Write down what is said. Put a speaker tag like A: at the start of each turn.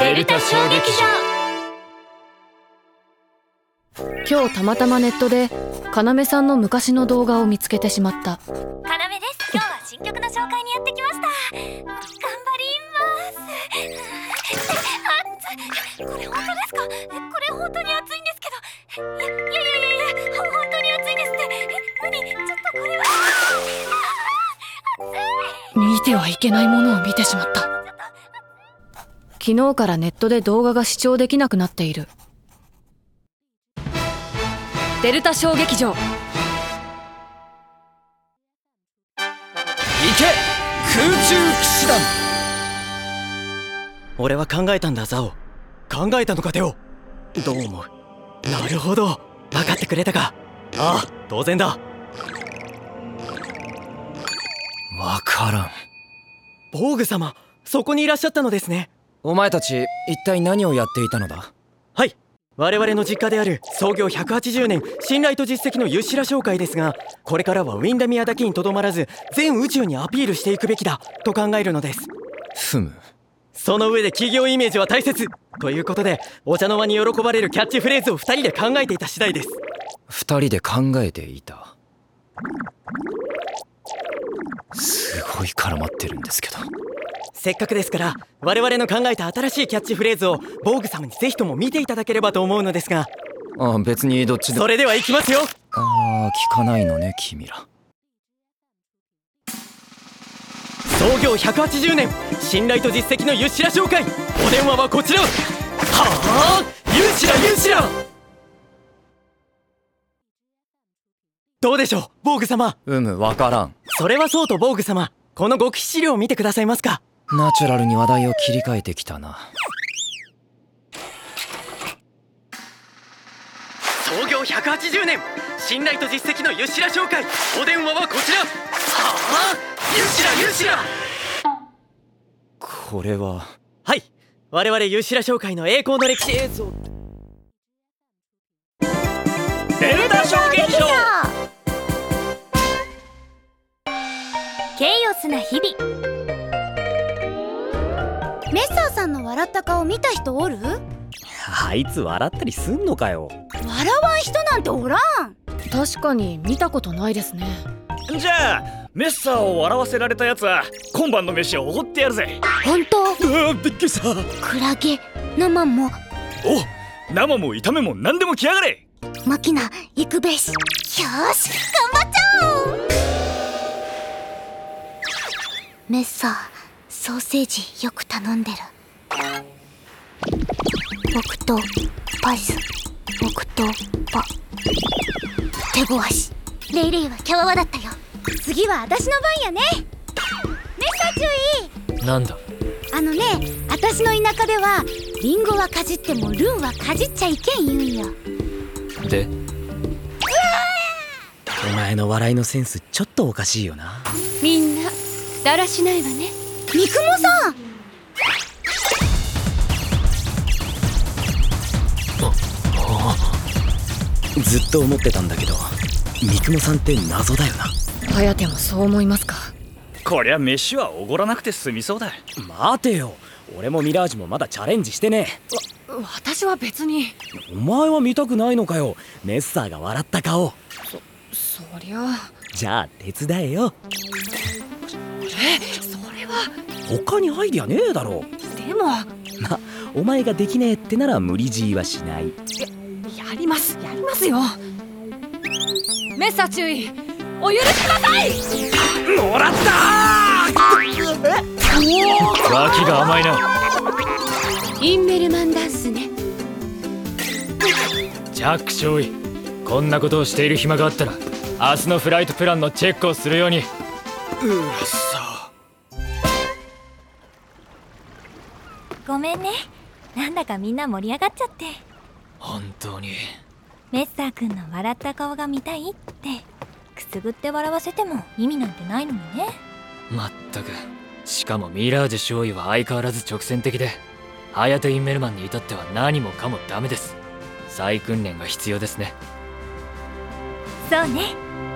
A: デルタ小劇場
B: 今日たまたまネットで要さんの昔の動画を見つけてしまった
A: かなめです今日は新曲の紹介にやってきました頑張りますあっこれ本当ですかこれ本当に暑いんですけどいやいやいやいや本当に暑いですってえ無理ちょっとこれは
B: 見てはいけないものを見てしまった昨日からネットで動画が視聴できなくなっているデルタ小劇場
C: 行け空中騎士団俺は考えたんだザオ考えたのかテオどう思うなるほど分かってくれたかああ当然だ
D: わからん
C: 防具様そこにいらっしゃったのですね
D: お前たち一体何をやっていたのだ
C: はい我々の実家である創業180年信頼と実績のユシラ商会ですがこれからはウィンダミアだけにとどまらず全宇宙にアピールしていくべきだと考えるのです
D: ふむ
C: その上で企業イメージは大切ということでお茶の間に喜ばれるキャッチフレーズを2人で考えていた次第です
D: 二人で考えていたすごい絡まってるんですけど
C: せっかくですから我々の考えた新しいキャッチフレーズを防具様にぜひとも見ていただければと思うのですが
D: ああ別にどっちでも
C: それではいきますよ
D: ああ聞かないのね君ら
C: 創業180年信頼と実績のユシラ商会お電話はこちらはあユシラユシラどうでしょう防具様
D: うむわからん
C: それはそうと防具様この極秘資料を見てくださいますか
D: ナチュラルに話題を切り替えてきたな
C: 創業180年信頼と実績のユシラ商会お電話はこちらはあユシラユシラ
D: これは
C: はい我々ユシラ商会の栄光の歴史映像デルタ小劇場
A: ケイオスな日々
E: メッサーさんの笑った顔見た人おる笑
F: あいつ笑ったりすんのかよ
E: わん人なんておらん
B: 確かに見たことないですね
G: じゃあメッサーを笑わせられたやつは今晩の飯をおごってやるぜ
E: 本当
G: あびっくりした
E: クラゲ生も
G: お生も炒めも何でも来やがれ
E: マキナ行くべしよーし頑張っちゃおうメッサーソーセージよく頼んでる僕とパイス僕とパ手ごわしレイレイはキャワワだったよ次は私の番やねメッサー注意
D: なんだ
E: あのね私の田舎ではリンゴはかじってもルンはかじっちゃいけん言うんよ
D: で
F: お前の笑いのセンスちょっとおかしいよな
A: みんなだらしないわね
E: 三雲さん
F: ずっと思ってたんだけど三雲さんって謎だよな
B: 颯もそう思いますか
G: こりゃ飯はおごらなくて済みそうだ
F: 待てよ俺もミラージュもまだチャレンジしてね
B: 私は別に
F: えお前は見たくないのかよメッサーが笑った顔
B: そりゃ
F: じゃあ手伝えよ
B: それは
F: 他にアイディアねえだろ
B: でも
F: お前ができねえってなら無理強いはしない
B: やりますやりますよメッサー注意お許しください
G: もらった脇が甘いな
A: インメルマンダンスね
G: ジャック少尉こんなことをしている暇があったら明日のフライトプランのチェックをするように
A: ごめんねなんだかみんな盛り上がっちゃって
G: 本当に
A: メッサーくんの笑った顔が見たいってくすぐって笑わせても意味なんてないのにね
G: まったくしかもミラージュ少尉は相変わらず直線的でハヤテ・インメルマンに至っては何もかもダメです再訓練が必要ですね
A: そうね